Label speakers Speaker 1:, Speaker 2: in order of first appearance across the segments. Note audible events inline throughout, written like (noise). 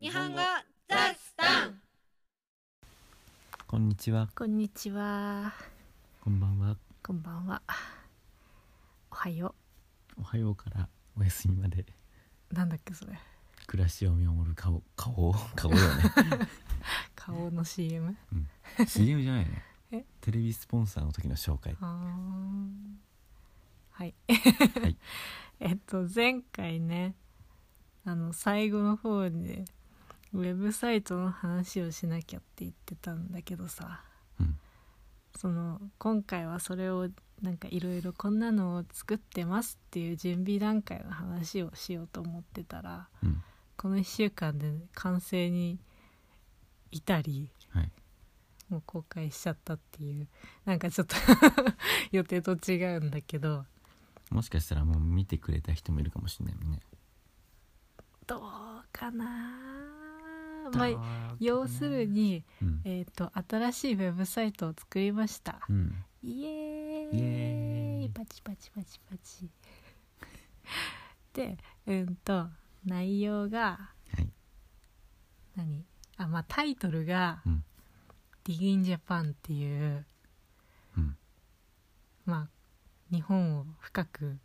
Speaker 1: 日本語ザスタン
Speaker 2: こんにちは、
Speaker 3: こんにちは。
Speaker 2: こんばんは、
Speaker 3: こんばんは。おはよ
Speaker 2: おはようからおやすみまで
Speaker 3: う。なんだっけそれ。
Speaker 2: 暮らしを見守る顔顔顔よね
Speaker 3: (laughs) 顔の CM。
Speaker 2: CM じゃないね
Speaker 3: え
Speaker 2: テレビスポンサーの時の紹介
Speaker 3: あーはい。
Speaker 2: い
Speaker 3: (laughs) えっと前回ね、あの最後の方でウェブサイトの話をしなきゃって言ってたんだけどさ、
Speaker 2: うん
Speaker 3: その今回はそれをなんかいろいろこんなのを作ってますっていう準備段階の話をしようと思ってたら。
Speaker 2: うん
Speaker 3: この1週間で完成に至り
Speaker 2: はい
Speaker 3: もう公開しちゃったっていうなんかちょっと (laughs) 予定と違うんだけど
Speaker 2: もしかしたらもう見てくれた人もいるかもしれないもんね
Speaker 3: どうかなまあ要するに、
Speaker 2: うん
Speaker 3: えー、と新しいウェブサイトを作りました
Speaker 2: うん
Speaker 3: イエーイ
Speaker 2: イエーイ
Speaker 3: パチパチパチパチでうんと内容が
Speaker 2: はい
Speaker 3: 何あまあタイトルが
Speaker 2: うん
Speaker 3: 「ディギンジャパン」っていう
Speaker 2: うん
Speaker 3: まあ日本を深く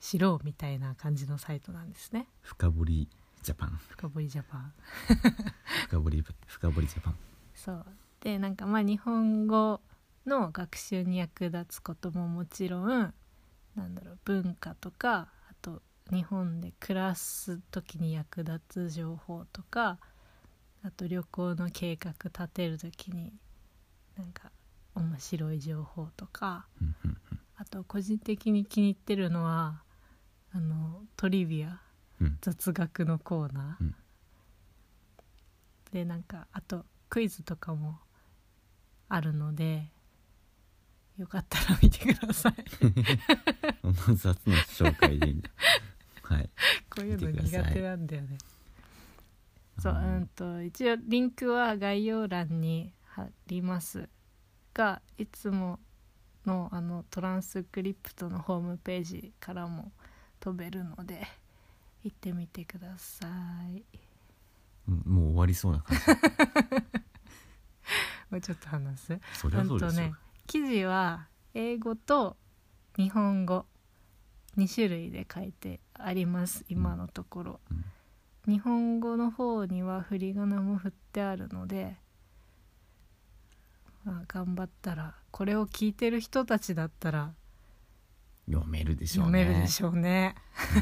Speaker 3: 知ろうみたいな感じのサイトなんですね
Speaker 2: 深掘りジャパン
Speaker 3: 深掘りジャパン
Speaker 2: 深掘り深掘りジャパン
Speaker 3: そうでなんかまあ日本語の学習に役立つことももちろんなんだろう文化とかあと日本で暮らす時に役立つ情報とかあと旅行の計画立てる時になんか面白い情報とか
Speaker 2: うんうん
Speaker 3: あと個人的に気に入ってるのはあのトリビア
Speaker 2: うん
Speaker 3: 雑学のコーナー、
Speaker 2: うん
Speaker 3: でなんかあとクイズとかもあるのでよかったら見てください
Speaker 2: この (laughs) 雑な紹介でいいんだはい
Speaker 3: こういうの
Speaker 2: 見てくだ
Speaker 3: 苦
Speaker 2: さい
Speaker 3: 手なんだよねそううんと一応リンクは概要欄に貼りますがいつものあのトランスクリプトのホームページからも飛べるので行ってみてください
Speaker 2: うんもう終わりそうな感じ
Speaker 3: もうちょっと話す
Speaker 2: そりゃそうで
Speaker 3: うん
Speaker 2: す
Speaker 3: と
Speaker 2: よ、
Speaker 3: ね記事は英語と日本語2種類で書いてあります今のところ、
Speaker 2: うん
Speaker 3: 日本語の方には振り仮名も振ってあるので、まあ、頑張ったらこれを聞いてる人たちだったら
Speaker 2: 読めるでしょう
Speaker 3: 読
Speaker 2: ね
Speaker 3: めるでしょうね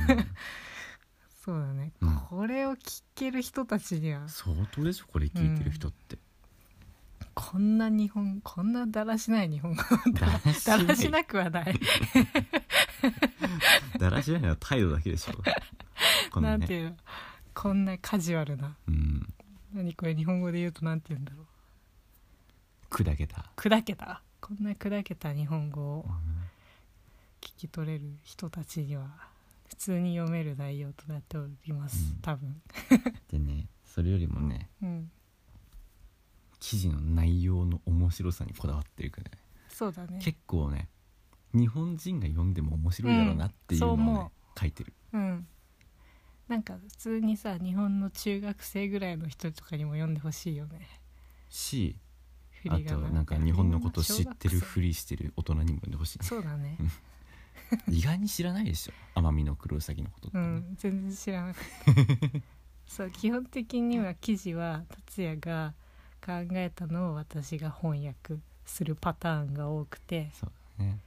Speaker 2: うん
Speaker 3: (laughs) そうだね、
Speaker 2: うん
Speaker 3: これを聞ける人たちには
Speaker 2: 相当でしょこれ聞いてる人って、
Speaker 3: こんな日本こんなだらしない日本語
Speaker 2: だらし
Speaker 3: だらし
Speaker 2: ない
Speaker 3: なくはない
Speaker 2: だらしないのは態度だけでしょ
Speaker 3: (laughs)
Speaker 2: こ
Speaker 3: な
Speaker 2: の
Speaker 3: ん
Speaker 2: ね
Speaker 3: ていうのこんなカジュアルな
Speaker 2: うん
Speaker 3: 何これ日本語で言うとなんて言うんだろう
Speaker 2: 砕けた、
Speaker 3: 砕けたこんな砕けた日本語を
Speaker 2: うん
Speaker 3: 聞き取れる人たちには普通に読める内容となっております、
Speaker 2: うん
Speaker 3: 多分
Speaker 2: でねそれよりもね
Speaker 3: うん
Speaker 2: 記事の内容の面白さにこだわってるからね
Speaker 3: そうだね
Speaker 2: 結構ね日本人が読んでも面白いだろうなっていうのをね、
Speaker 3: うんそう思
Speaker 2: 書いてる
Speaker 3: うんなんか普通にさ日本の中学生ぐらいの人とかにも読んでほしいよね
Speaker 2: し
Speaker 3: 振
Speaker 2: あ
Speaker 3: り仮
Speaker 2: と
Speaker 3: 名
Speaker 2: なんか日本のこと知ってるふ
Speaker 3: り
Speaker 2: りしてる大人にも読んでほしい、ね、
Speaker 3: そうだね
Speaker 2: 意外に知らないでしょ奄美のクロウサギのことって
Speaker 3: う
Speaker 2: ね、
Speaker 3: ん全然知らなかったそう基本的には記事は達也が考えたのを私が翻訳するパターンが多くて
Speaker 2: そうだ (laughs) ね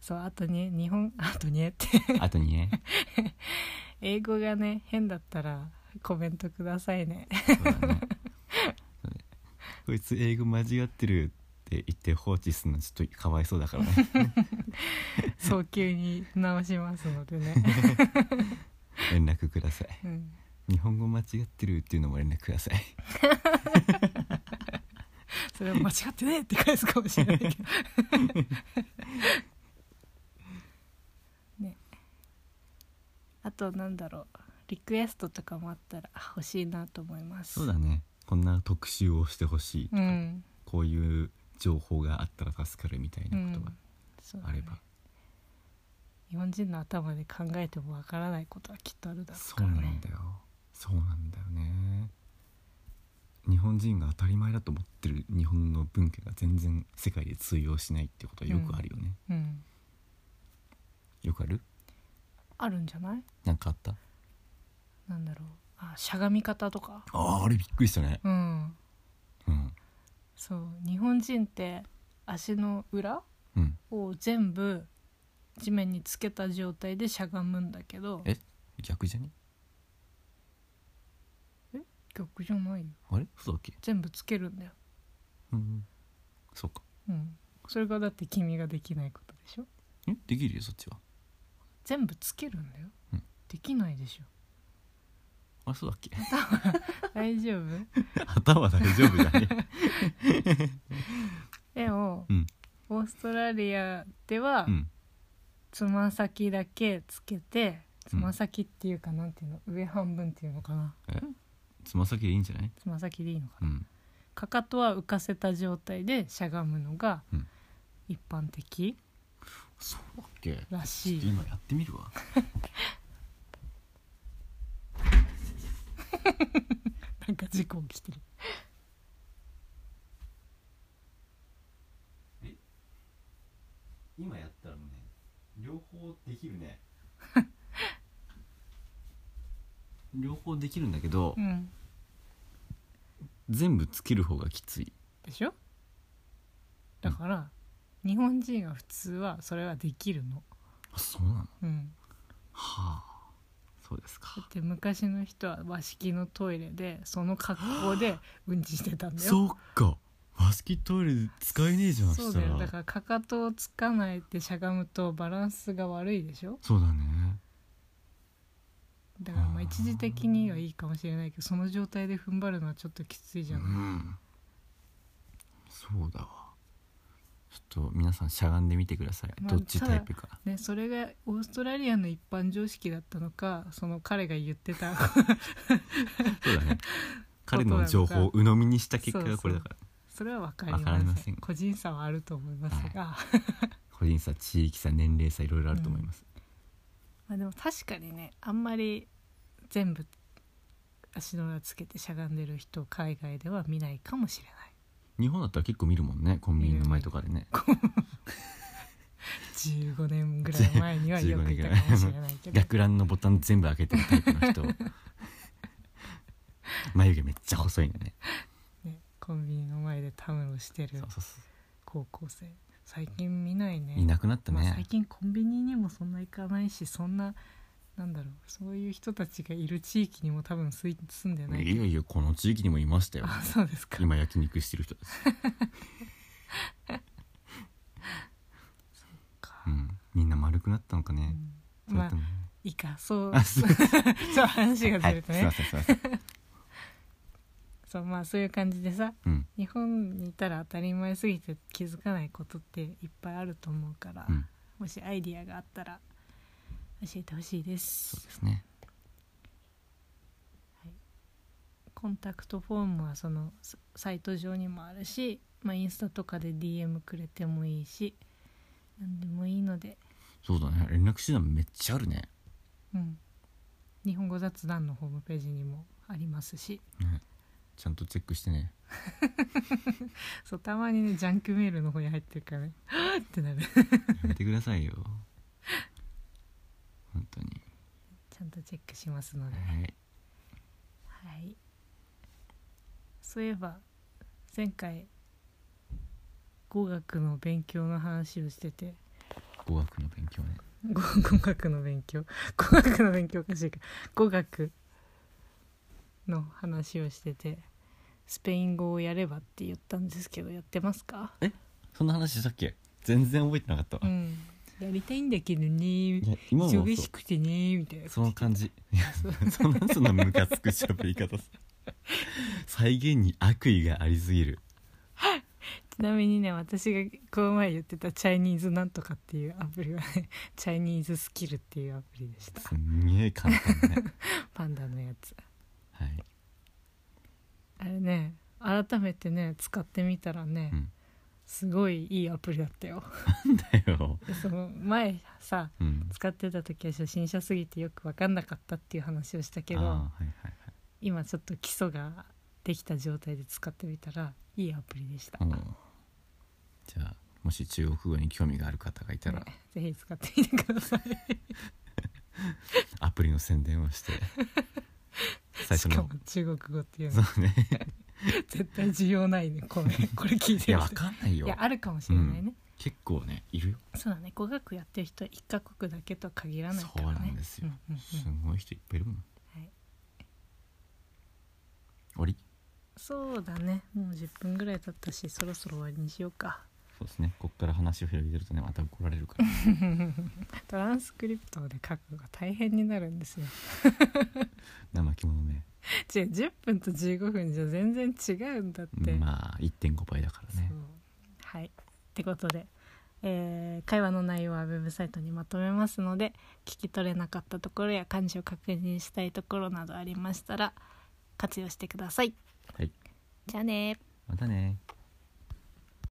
Speaker 3: そうあとね日本 (laughs) あとねって
Speaker 2: あとにね
Speaker 3: 英語がね変だったらコメントくださいね
Speaker 2: そうだねそうねこいつ英語間違ってるって言って放置するのちょっとかわいそうだからね (laughs)
Speaker 3: 早急に直しますのでね、
Speaker 2: 連絡ください
Speaker 3: うん、
Speaker 2: 日本語間違ってるっていうのも連絡ください
Speaker 3: それは間違ってねえって返すかもしれないけどねあとなんだろうリクエストとかもあったら欲しいなと思います
Speaker 2: そうだねこんな特集をしてほしいと
Speaker 3: う
Speaker 2: か、
Speaker 3: ん
Speaker 2: こういう情報があったら助かるみたいなことが
Speaker 3: そうだ
Speaker 2: あ
Speaker 3: ね
Speaker 2: れば、
Speaker 3: 日本人の頭で考えてもわからないことはきっとあるだろう
Speaker 2: そ
Speaker 3: か
Speaker 2: う
Speaker 3: ら
Speaker 2: な
Speaker 3: ね
Speaker 2: んだよそうなんだよね本人が当たり前だと思ってる日本の文化が全然世界で通用しないってことはよくあるよね、
Speaker 3: うん
Speaker 2: よくある
Speaker 3: あるんじゃない
Speaker 2: なんかあった
Speaker 3: なんだろうあしゃがみ方とか
Speaker 2: あーあれびっくりしたね
Speaker 3: うん
Speaker 2: うん
Speaker 3: そう日本人って足の裏
Speaker 2: うん
Speaker 3: を全部地面につけた状態でしゃがむんだけど
Speaker 2: え逆じゃね
Speaker 3: 逆じゃないよ
Speaker 2: あれそうだっけ
Speaker 3: 全部つけるんだよ、
Speaker 2: うんそうか
Speaker 3: うん、それがだって君ができないことでしょ
Speaker 2: えできるよそっちは
Speaker 3: 全部つけるんだよ、
Speaker 2: うん
Speaker 3: できないで
Speaker 2: (laughs)
Speaker 3: しょ
Speaker 2: あれそうだ
Speaker 3: (laughs)
Speaker 2: っけ
Speaker 3: 大丈夫
Speaker 2: 頭大丈夫だ
Speaker 3: (laughs)
Speaker 2: ね
Speaker 3: でも、
Speaker 2: うん
Speaker 3: オーストラリアでは
Speaker 2: うん
Speaker 3: つま先だけつけてつ
Speaker 2: うん
Speaker 3: ま先っていうかなんていうの上半分っていうのかな
Speaker 2: えつま先でいいんじゃない
Speaker 3: つま先でいいのかな
Speaker 2: うん
Speaker 3: かかとは浮かせた状態でしゃがむのが
Speaker 2: うん
Speaker 3: 一般的
Speaker 2: そうだっけ
Speaker 3: らしい、
Speaker 2: 今やってみるわ
Speaker 3: なんか事故起きてる
Speaker 2: 今やったらね両方できるね (laughs) 両方できるんだけど、
Speaker 3: うん
Speaker 2: 全部つける方がきつい
Speaker 3: でしょだから、日本人は普通はそれはできるの
Speaker 2: あそうなのは
Speaker 3: うん
Speaker 2: あそうです
Speaker 3: だ
Speaker 2: か
Speaker 3: って昔の人は和式のトイレでその格好でうんちしてたんだよ
Speaker 2: そっか和式トイレ使えねえじゃん
Speaker 3: そう
Speaker 2: した
Speaker 3: だ
Speaker 2: ら
Speaker 3: よだからかかとをつかないでしゃがむとバランスが悪いでしょ
Speaker 2: そうだね
Speaker 3: だからまあ一時的にはいいかもしれないけどその状態で踏ん張るのはちょっときついじ
Speaker 2: う
Speaker 3: ゃない、
Speaker 2: んそうだわちょっと皆さんしゃがんでみてください、
Speaker 3: まあ
Speaker 2: どっちタイプか
Speaker 3: ね、それがオーストラリアの一般常識だったのかその彼が言って
Speaker 2: (laughs)
Speaker 3: た
Speaker 2: そうだ
Speaker 3: (laughs)
Speaker 2: ね彼の情報を鵜呑みにした結果がこれだから
Speaker 3: それは分かりません
Speaker 2: わかりません
Speaker 3: 個人差はあると思いますが、
Speaker 2: 個人差地域差年齢差いろいろあると思います、
Speaker 3: まあでも確かにねあんまり全部足の裏つけてしゃがんでる人を海外では見ないかもしれない
Speaker 2: 日本だったら結構見るもんねコンビニの前とかでね
Speaker 3: 15年ぐらい前にはよくいたかもしれない (laughs) けど
Speaker 2: 学ランのボタン全部開けてるタイプ
Speaker 3: (laughs)
Speaker 2: の人眉毛めっちゃ細いのね
Speaker 3: ね、コンビニの前でタムロして
Speaker 2: そう
Speaker 3: る
Speaker 2: そうそ
Speaker 3: 高校生最近見ないね
Speaker 2: ういなくなった
Speaker 3: まあ、
Speaker 2: ね、
Speaker 3: 最近コンビニにもそんな行かないしそんななんだろうそういう人たちがいる地域にも多分すい住んでない
Speaker 2: いやいやこの地域にもいましたよ
Speaker 3: あそうですか
Speaker 2: 今焼肉してる人たち、うん、みんな丸くなったのかね、
Speaker 3: うん
Speaker 2: そ
Speaker 3: ま
Speaker 2: れ
Speaker 3: あ
Speaker 2: とも
Speaker 3: いいかそう
Speaker 2: あすいま
Speaker 3: (laughs)
Speaker 2: せん
Speaker 3: そう話が
Speaker 2: は
Speaker 3: ず
Speaker 2: い
Speaker 3: れ
Speaker 2: す
Speaker 3: てね、
Speaker 2: いませんすいません
Speaker 3: そうまあそういう感じでさ
Speaker 2: うん
Speaker 3: 日本にいたら当たり前すぎて気づかないことっていっぱいあると思うから、
Speaker 2: うん
Speaker 3: もしアイディアがあったら教えてほしいで
Speaker 2: そう
Speaker 3: す
Speaker 2: ですね
Speaker 3: コンタクトフォームはそのササイト上にもあるし、まあ、インスタとかで DM くれてもいいし何でもいいので、
Speaker 2: そうだね連絡手段めっちゃあるね
Speaker 3: うん、日本語雑談のホームページにもありますし
Speaker 2: ねちゃんとチェックしてね
Speaker 3: そうたまにねジャンクメールの方に入ってるからね (laughs) ってなる
Speaker 2: やめてくださいよ (laughs) 本当に
Speaker 3: ちゃんとチェックしますので、
Speaker 2: はい
Speaker 3: はい、そういえば前回語学の勉強の話をしてて
Speaker 2: 語学の勉強ね
Speaker 3: 語語学の勉強 (laughs) 語学の勉強おかしいか語学の話をしててスペイン語をやればって言ったんですけどやってますか
Speaker 2: そんな話したっけ全然覚えてなかったわ、
Speaker 3: うんやりたいんだけどね
Speaker 2: いや今もそう
Speaker 3: 忙しくてねみたいな
Speaker 2: その感じ (laughs) いやそんなそんなムカつく喋り方さ再現に悪意がありすぎる
Speaker 3: ちなみにね私がこの前言ってたチャイニーズなんとかっていうアプリはねチャイニーズスキルっていうアプリでした
Speaker 2: すんげえ簡単ね
Speaker 3: パンダのやつ
Speaker 2: はい
Speaker 3: あれね改めてね使ってみたらね、
Speaker 2: うん
Speaker 3: すごいいいアプリだったよ (laughs)
Speaker 2: だよ
Speaker 3: でその前さ
Speaker 2: うん
Speaker 3: 使ってた時は初心者すぎてよく分かんなかったっていう話をしたけど
Speaker 2: あーはいはいはい
Speaker 3: 今ちょっと基礎ができた状態で使ってみたらいいアプリでした、
Speaker 2: うんじゃあもし中国語に興味がある方がいたら
Speaker 3: ねぜひ使ってみてください
Speaker 2: アプリの宣伝をして
Speaker 3: (laughs)
Speaker 2: 最初
Speaker 3: しか
Speaker 2: の
Speaker 3: も中国語っていう
Speaker 2: そ
Speaker 3: の
Speaker 2: う
Speaker 3: (laughs)
Speaker 2: ね
Speaker 3: 絶対需要ないね
Speaker 2: (laughs)
Speaker 3: これこれ聞い
Speaker 2: い
Speaker 3: て
Speaker 2: や
Speaker 3: る
Speaker 2: わ
Speaker 3: 人
Speaker 2: かんない
Speaker 3: い
Speaker 2: よ
Speaker 3: やあるかもしれないね、
Speaker 2: 結構ねいるよ
Speaker 3: そうだね語学やってる人は一カ国だけとは限らないか
Speaker 2: そう
Speaker 3: らね
Speaker 2: なんですよ
Speaker 3: うんうんうん
Speaker 2: すごい人いっぱいいるもん
Speaker 3: はい
Speaker 2: 終わり
Speaker 3: そうだねもう10分ぐらい経ったしそろそろ終わりにしようか
Speaker 2: そうですねこっから話を広げてるとねまた怒られる
Speaker 3: (laughs)
Speaker 2: から
Speaker 3: トランスクリプトで書くのが大変になるんですよ
Speaker 2: 生き物ね
Speaker 3: (laughs) 違う10分と15分じゃ全然違うんだって、
Speaker 2: まあ1.5倍だからね
Speaker 3: そうはいってことで、えー会話の内容はウェブサイトにまとめますので聞き取れなかったところや漢字を確認したいところなどありましたら活用してください
Speaker 2: はい
Speaker 3: じゃあね
Speaker 2: またね